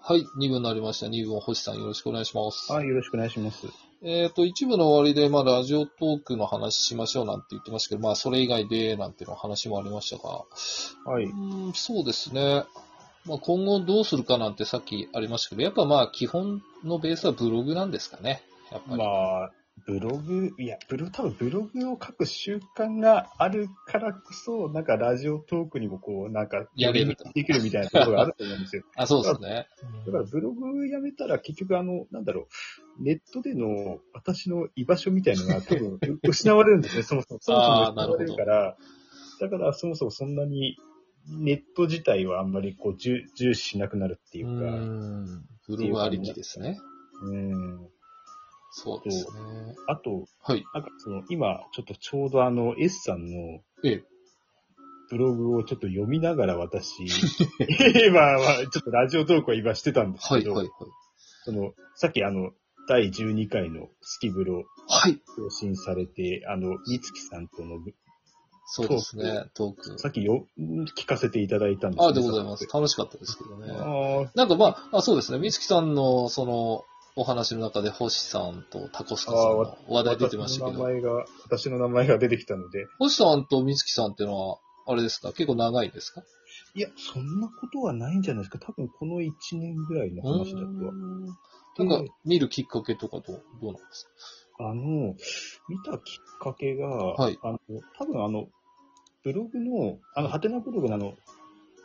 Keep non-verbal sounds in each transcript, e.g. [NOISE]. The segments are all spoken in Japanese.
はい、2部になりました。2部も星さんよろしくお願いします。はい、よろしくお願いします。えっ、と、1部の終わりで、まあ、ラジオトークの話しましょうなんて言ってましたけど、まあ、それ以外で、なんていうの話もありましたが、はうい。ーん、そうですね。まあ、今後どうするかなんてさっきありましたけど、やっぱまあ、基本のベースはブログなんですかね。やっぱり。まあ、ブログ、いや、ブログ、多分ブログを書く習慣があるからこそ、なんかラジオトークにもこう、なんか、やれるとできるみたいなところがあると思うんですよ。 [LAUGHS] あ、そうですね。だからブログやめたら結局あの、なんだろう、ネットでの私の居場所みたいなのが多分 [LAUGHS] う失われるんですね、そもそも。そもそもあー失われるから、だからそもそもそんなに、ネット自体はあんまりこう重重視しなくなるっていうーうか、ん、ブログありきですね。うん。そうですね。あと、はい。なんかその、今、ちょっとちょうどあの、S さんのええ、ブログをちょっと読みなが [LAUGHS] ら私、今はちょっとラジオトークは今してたんですはけい、ど、はい、はい。その、さっきあの、第12回のスキブロはい。更新されて、あの、三月さんとの、そうですね、トーク。さっきよ、聞かせていただいたんですあ、でございます。。楽しかったですけどあね。ーなんかまあ、あそうですね。美月さんの、その、お話の中で、星さんとタコスカさんあーの話題出てまし私たのけど、名前が、私の名前が出てきたので、星さんと美月さんっていうのは、あれですか結構長いですかいや、そんなことはないんじゃないですか。多分この1年ぐらいの話だとはなんうかん、見るきっかけとかどうどうなんですあの、見たきっかけが、はいあの、多分あの、ブログの、あの、ハテナブログのあの、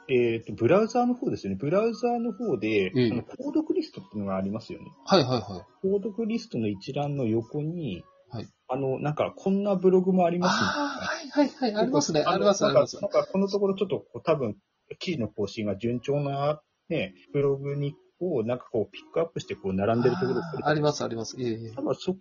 えっ、と、ブラウザーの方ですよね。ブラウザーの方で、ええあの、購読リストっていうのがありますよね。かはいはいはい。購読リストの一覧の横に、はいあの、なんか、こんなブログもありますねああ、はいはいはい。ありますね。のありますあなんりかます。なんか、このところちょっとこう、多分、記事の更新が順調な、ね、ブログに、を、なんかこう、ピックアップして、こう、並んでるところあーありますあります。ええええただそこ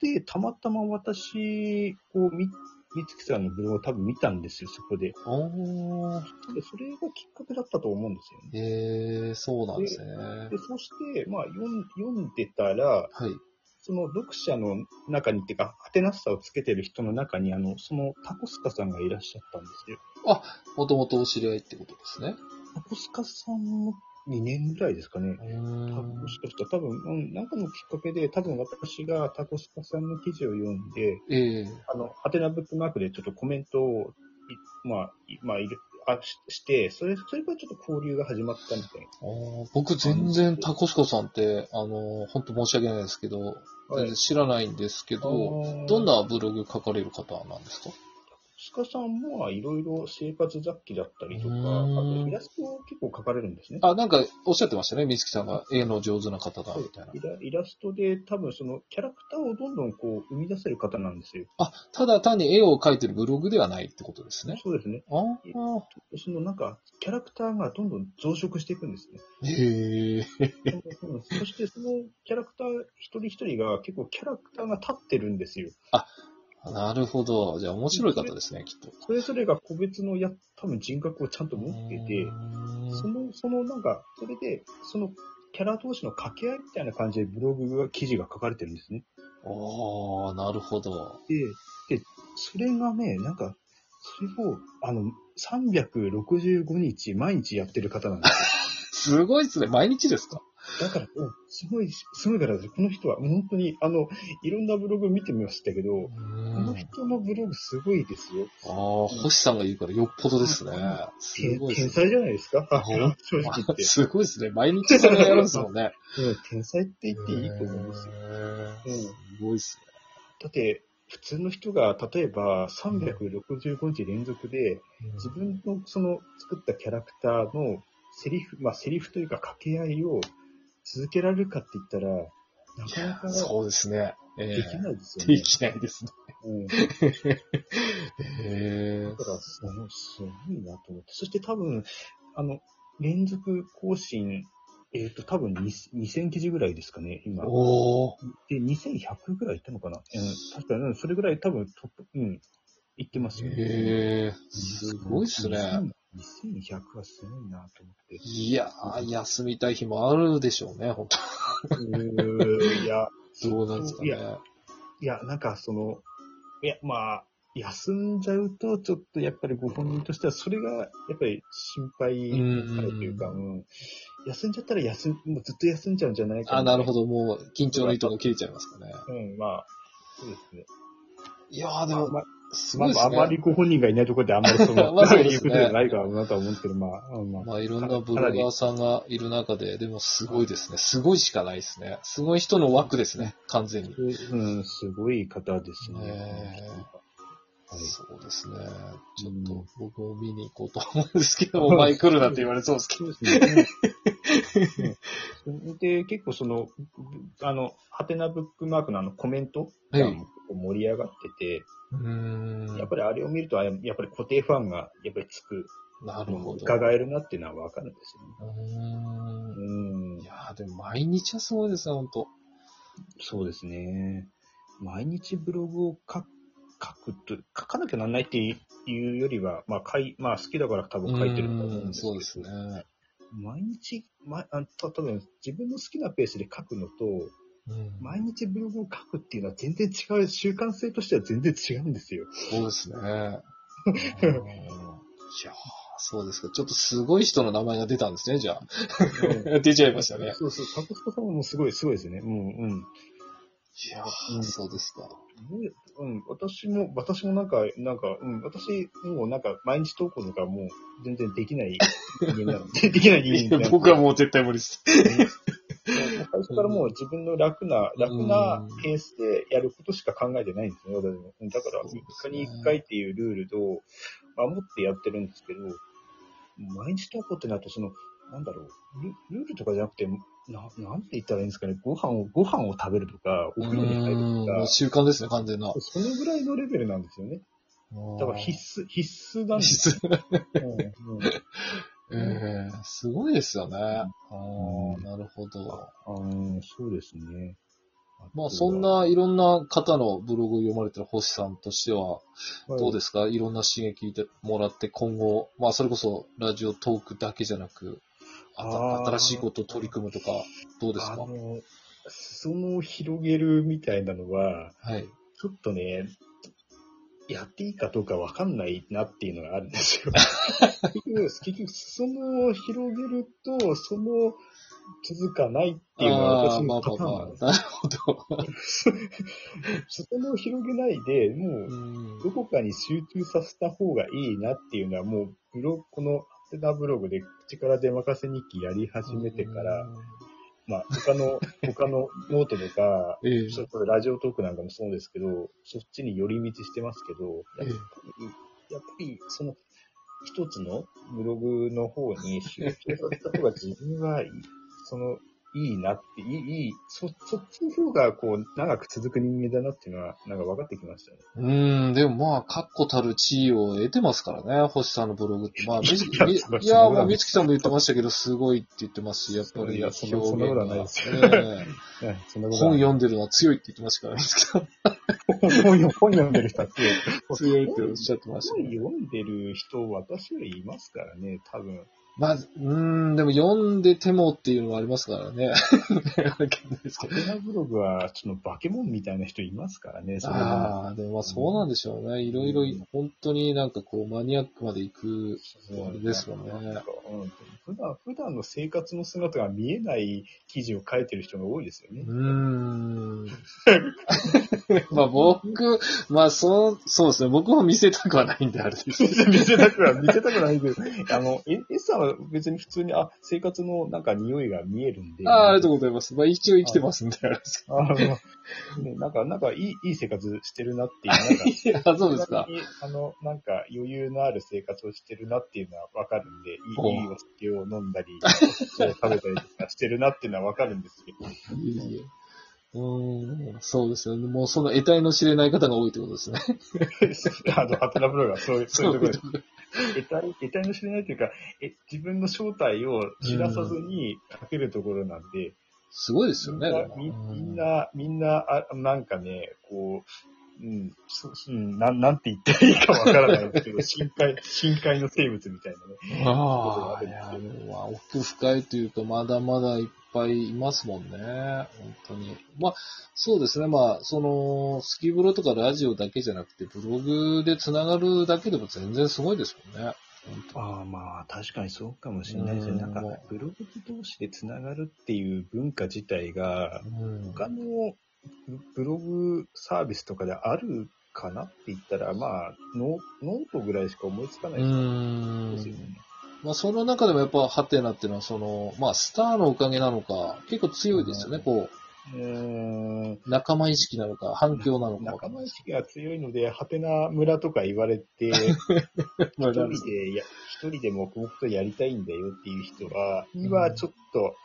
で、たまたま私、こう、み、みつきさんのブログを多分見たんですよ、そこで。おーで、それがきっかけだったと思うんですよね。ええそうなんですね。で、そして、まあ、読ん読んでたら、はい。その読者の中に、っていうか、ハテナスさをつけてる人の中に、あの、そのタコスカさんがいらっしゃったんですよ。もともとお知り合いってことですね。タコスカさんも2年ぐらいですかね。うータんコスカさん、多分、うん、なんかのきっかけで、多分私がタコスカさんの記事を読んで、ええあの、ハテナブックマークでちょっとコメントをい、まあ、いまあ、いるあしして、それ、それからちょっと交流が始まったみたいあー僕全然タコスコさんって、あの、本当申し訳ないですけど、な。全然知らないんですけど、どんななブログ書かれる方なんですかスカさんもいろいろ生活雑記だったりとか、うあーんとイラストを結構描かれるんですね。あ、なんかおっしゃってましたね、美月さんが絵の上手な方だ、みたいなイ。ライラストで多分そのキャラクターをどんどんこう生み出せる方なんですよ。あ、ただ単に絵を描いてるブログではないってことですね。そうですね。ああ、そのなんかキャラクターがどんどん増殖していくんですね。へえ。うんそしてそのキャラクター一人一人が結構キャラクターが立ってるんですよ。なるほど。じゃあ面白い方ですね、きっと。それぞれが個別のや、多分人格をちゃんと持ってうて、ーんその、そのなんか、それで、そのキャラ同士の掛け合いみたいな感じでブログが、記事が書かれてるんですね。ああ、なるほど。で、で、それがね、なんか、それを、あの、365日毎日やってる方な [LAUGHS] んですすごいですね。毎日ですかよ。だから、もうすごい、すごいからですこの人は、もう本当に、あの、いろんなブログ見てみましたけど、うこのん人のブログすごいですよ。ああ、星さんが言うからよっぽどですね。す天ごいで天すね。才じゃないですか本 [LAUGHS] 正直言っ [LAUGHS] て。すごいですね。毎日それやるんですもんね。うん、天才って言 [LAUGHS] っていいと思うんですよ。へーうんすごいですだって、普通の人が、例えば365日連続で、ね。自分のその作ったキャラクターのセリフ、まあセリフというか掛け合いを続けられるかって言ったら、なかなかでそうですね。えきないですえよで [LAUGHS] ね。きないですね。うん、だへえ。から、そのすごいなと思って。そして多分、あの、連続更新、えっ、と、多分2000 2000記事ぐらいですかね、今。おお。で、2100ぐらいいったのかな、うん、確かに、うんそれぐらい多分トップ、うん、いってますよね。へえ。すごいですね。。 2100はすごいなと思って。いやー、休みたい日もあるでしょうね、本いや、当どうなんですかね。いや、いや、なんかその、いや、まあ、休んじゃうと、ちょっとやっぱりご本人としては、それがやっぱり心配うんされというか、うん休んじゃったら休ん、もうずっと休んじゃうんじゃないかあ、なるほど。ど。もう、緊張の糸も切れちゃいますかね。うん、まあ、そうですね。いやー、でまあも、まあすまごいであ、あすね。まりご本人がいないところであんまりそ [LAUGHS] の、まあそうですね言うことじゃないからなとは思うんですけど、まあ、うんまあ、まあ、いろんなブロガーさんがいる中で、でもすごいですね。すごいしかないですね。すごい人の枠ですね、完全に。うん、すごい方ですね。ねえはいそうですね。ちょうんっと僕も見に行こうと思うんですけど、 [LAUGHS] お前来るなって言われそうですけど。そうですね。うんで、結構その、ぶあの、ハテナブックマークのあのコメントがはい結構盛り上がってて、うーん。やっぱりあれを見ると、あれやっぱり固定ファンがやっぱりつく、なるほど。う伺えるなっていうのはわかるんですーよん。ね。うんい。やーでも毎日はすごいですね、ほんと。そうですね。毎日ブログを書書くと、書かなきゃなんないっていうよりは、まあ、書い、まあ、好きだから多分書いてると思うんですけど、うーんそうですね。毎日、ま、あた多分自分の好きなペースで書くのと、うん毎日ブログを書くっていうのは全然違う、習慣性としては全然違うんですよ。 [LAUGHS] そうです [LAUGHS] ね。うんいやーそうですか。ちょっとすごい人の名前が出たんですね、じゃあ。 [LAUGHS] 出ちゃいましたね。そうそう、タコスコさんもすごい、すごいですね。うん、うん。いやうーんそうですか。うん、私も、私もなんか、なんか、うん、私、もうなんか、毎日投稿とかもう、全然できない人間なの。できない人間なの。 [LAUGHS] 僕はもう絶対無理です。最初からもう自分の楽な、楽なペースでやることしか考えてないんですね、私も。だから、そうです3日ねに1回っていうルールを守ってやってるんですけど、毎日投稿ってなると、その、なんだろう、ルルールとかじゃなくて、な、なんて言ったらいいんですかね、ご飯を、ご飯を食べるとか、おう風呂に入 [LAUGHS] るとん、もうか、習慣ですね、完全な。そのぐらいのレベルなんですよね。だから必須、必須なんです必須。よ、ね。うんええすごいですよね。ああ、なるほど。あーそうですね。まあ、そんはな、いろんな方のブログを読まれてる星さんとしては、い、どうですかいろんな刺激でもらって、今後、まあ、それこそ、ラジオトークだけじゃなく、ああたー新しいことを取り組むとか、どうですかあの、裾野を広げるみたいなのは、はい。ちょっとね、やっていいかどうかわかんないなっていうのがあるんで [LAUGHS] すよ。結局、結局裾野を広げると、その、続かないっていうのはああ私ー、まあのパまターンあなんまですあ、なるほど。裾野を広げないで、もう、うんどこかに集中させた方がいいなっていうのは、もう、ブログ、この、アテナブログで口から出任せ日記やり始めてから、、まあ、他の、他のノートとか、ええそれこそラジオトークなんかもそうですけど、そっちに寄り道してますけど、やっぱり、やっぱりその、一つのブログの方に集中させた方が自分はいい、その、いいなって、いい、いい、そ、そっちの方がこう、長く続く人間だなっていうのは、なんか分かってきましたね。うーん、でもまあ、確固たる地位を得てますからね、星さんのブログって。 [LAUGHS] まあ、みずいやみいそんなことないや、もう、美月さんも言ってましたけど、すごいって言ってますし、やっぱりい表や現そんなそんなことはないがですええはい、 [LAUGHS] そんな本読読んでるのは強いって言ってましたから、美月さん。本読本読んでる人は強い。強いっておっしゃってました本ね。読んでる人、私よりいますからね、多分。まあ、うーん、でも読んでてもっていうのはありますからね。わかんないですけハどテナブログは、その化け物みたいな人いますからね、それあはあ、でもまあそうなんでしょうね。いろいろ、本当になんかこう、マニアックまで行く、あれですもんね。うん普段、普段の生活の姿が見えない記事を書いてる人が多いですよねう。[LAUGHS] ーん [LAUGHS] まあ僕、まあそう、そうですね。僕も見せたくはないんであれです。 [LAUGHS] 見せたくは、見せたくないけど、あの、え S さんは別に普通に、あ、生活のなんか匂いが見えるんで。ああ、ありがとうございます。まあ一応生きてますんであれですあの、ね、なんか、なんかいい、いい生活してるなっていう、なんか、け [LAUGHS] ど。いや、そうですか。非常に。あの、なんか余裕のある生活をしてるなっていうのはわかるんで、いほういいいお酒を飲んだり、お酒を食べたりとかしてるなっていうのはわかるんですけど。いえいえうーん、そうですよね。もうその得体の知れない方が多いってことですね。 [LAUGHS] あの、ハテナブログはそういう、そういうところでそういう得体、得体の知れないというか、え、自分の正体を知らさずに書けるところなんで、すごいですよね。みんな、みみんうんな、みんな、あなんかね、こう、うん、そう、うん、なん、なんて言っていいかわからないんです [LAUGHS] けど、深海、深海の生物みたいなね。ああ、いや、でもまあ、奥深いというか、まだまだいっぱいいますもんね。本当に。まあ、そうですね。まあ、その、スキブロとかラジオだけじゃなくて、ブログでつながるだけでも全然すごいですもんね。本当ああ、まあ、確かにそうかもしれないですね。うんなんか、ブログ同士でつながるっていう文化自体が、うん他のブログサービスとかであるかなって言ったら、まあ、ノノートぐらいしか思いつかないうでんすよね。まあ、その中でもやっぱ、ハテナっていうのは、その、まあ、スターのおかげなのか、結構強いですよね、うんこうーんう、仲間意識なのか、反響なのかわか仲んな間い意です識が強いので、ハテナ村とか言われ [LAUGHS] て、けど。一人でや、一人で黙々とやりたいんだよっていう人は、今ちょっと、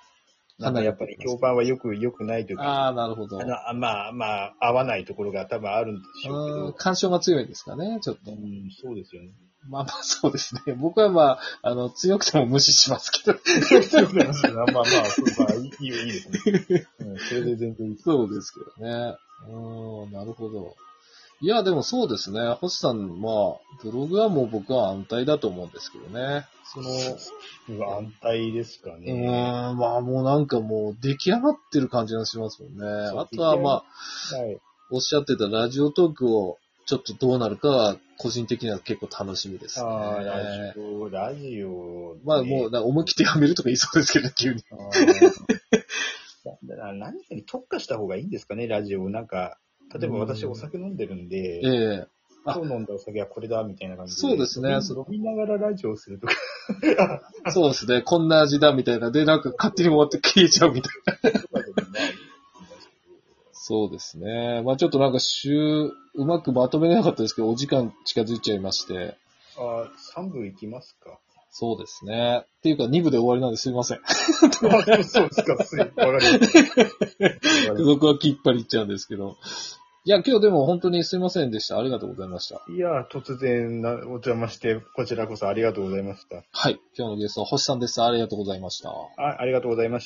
なんかやっぱり評判は良く、良くないというか、ああ、なるほどあ。のあまあまあ、合わないところが多分あるんでしょうんう干渉が強いんですかね、ちょっけとど、う。ん、そうですよね。まあまあ、 [LAUGHS] そうですね。僕はまあ、あの、強くても無視しますけど。まあまあまあ、まあ、いい、いいですね。うん、それで全然いい。そうですけどね。うーん、なるほど。いや、でもそうですね。星さん、まあ、ブログはもう僕は安泰だと思うんですけどね。その、うわ安泰ですかうーね。ん、まあもうなんかもう出来上がってる感じがしますもんね。そうあとはまあ、はい。おっしゃってたラジオトークをちょっとどうなるかは、個人的には結構楽しみですね。ああ、ラジオ、ラジオ、ね。まあもう、なんか思い切ってやめるとか言いそうですけど、急に。あーだ [LAUGHS] から何かに特化した方がいいんですかね、ラジオ。なんか、例えば私うんお酒飲んでるんで、ええあ今日飲んだお酒はこれだ、みたいな感じで。そうですね飲みそ飲みながらラジオをするとか。そうですね。こんな味だみたいな。で、なんか勝手に終わって消えちゃうみたいな。 [LAUGHS] そうですね。まあちょっとなんか週、うまくまとめれなかったですけど、お時間近づいちゃいまして。ああ、3部いきますか。 [LAUGHS] そうですね。っていうか2部で終わりなんですいません。そうですか、[LAUGHS] すいわかりました。僕はきっぱり言っちゃうんですけど。いや、今日でも本当にすいませんでした。ありがとうございました。いや、突然なお邪魔して、こちらこそありがとうございました。はい。今日のゲストは星さんでした。ありがとうございました。あありがとうございました。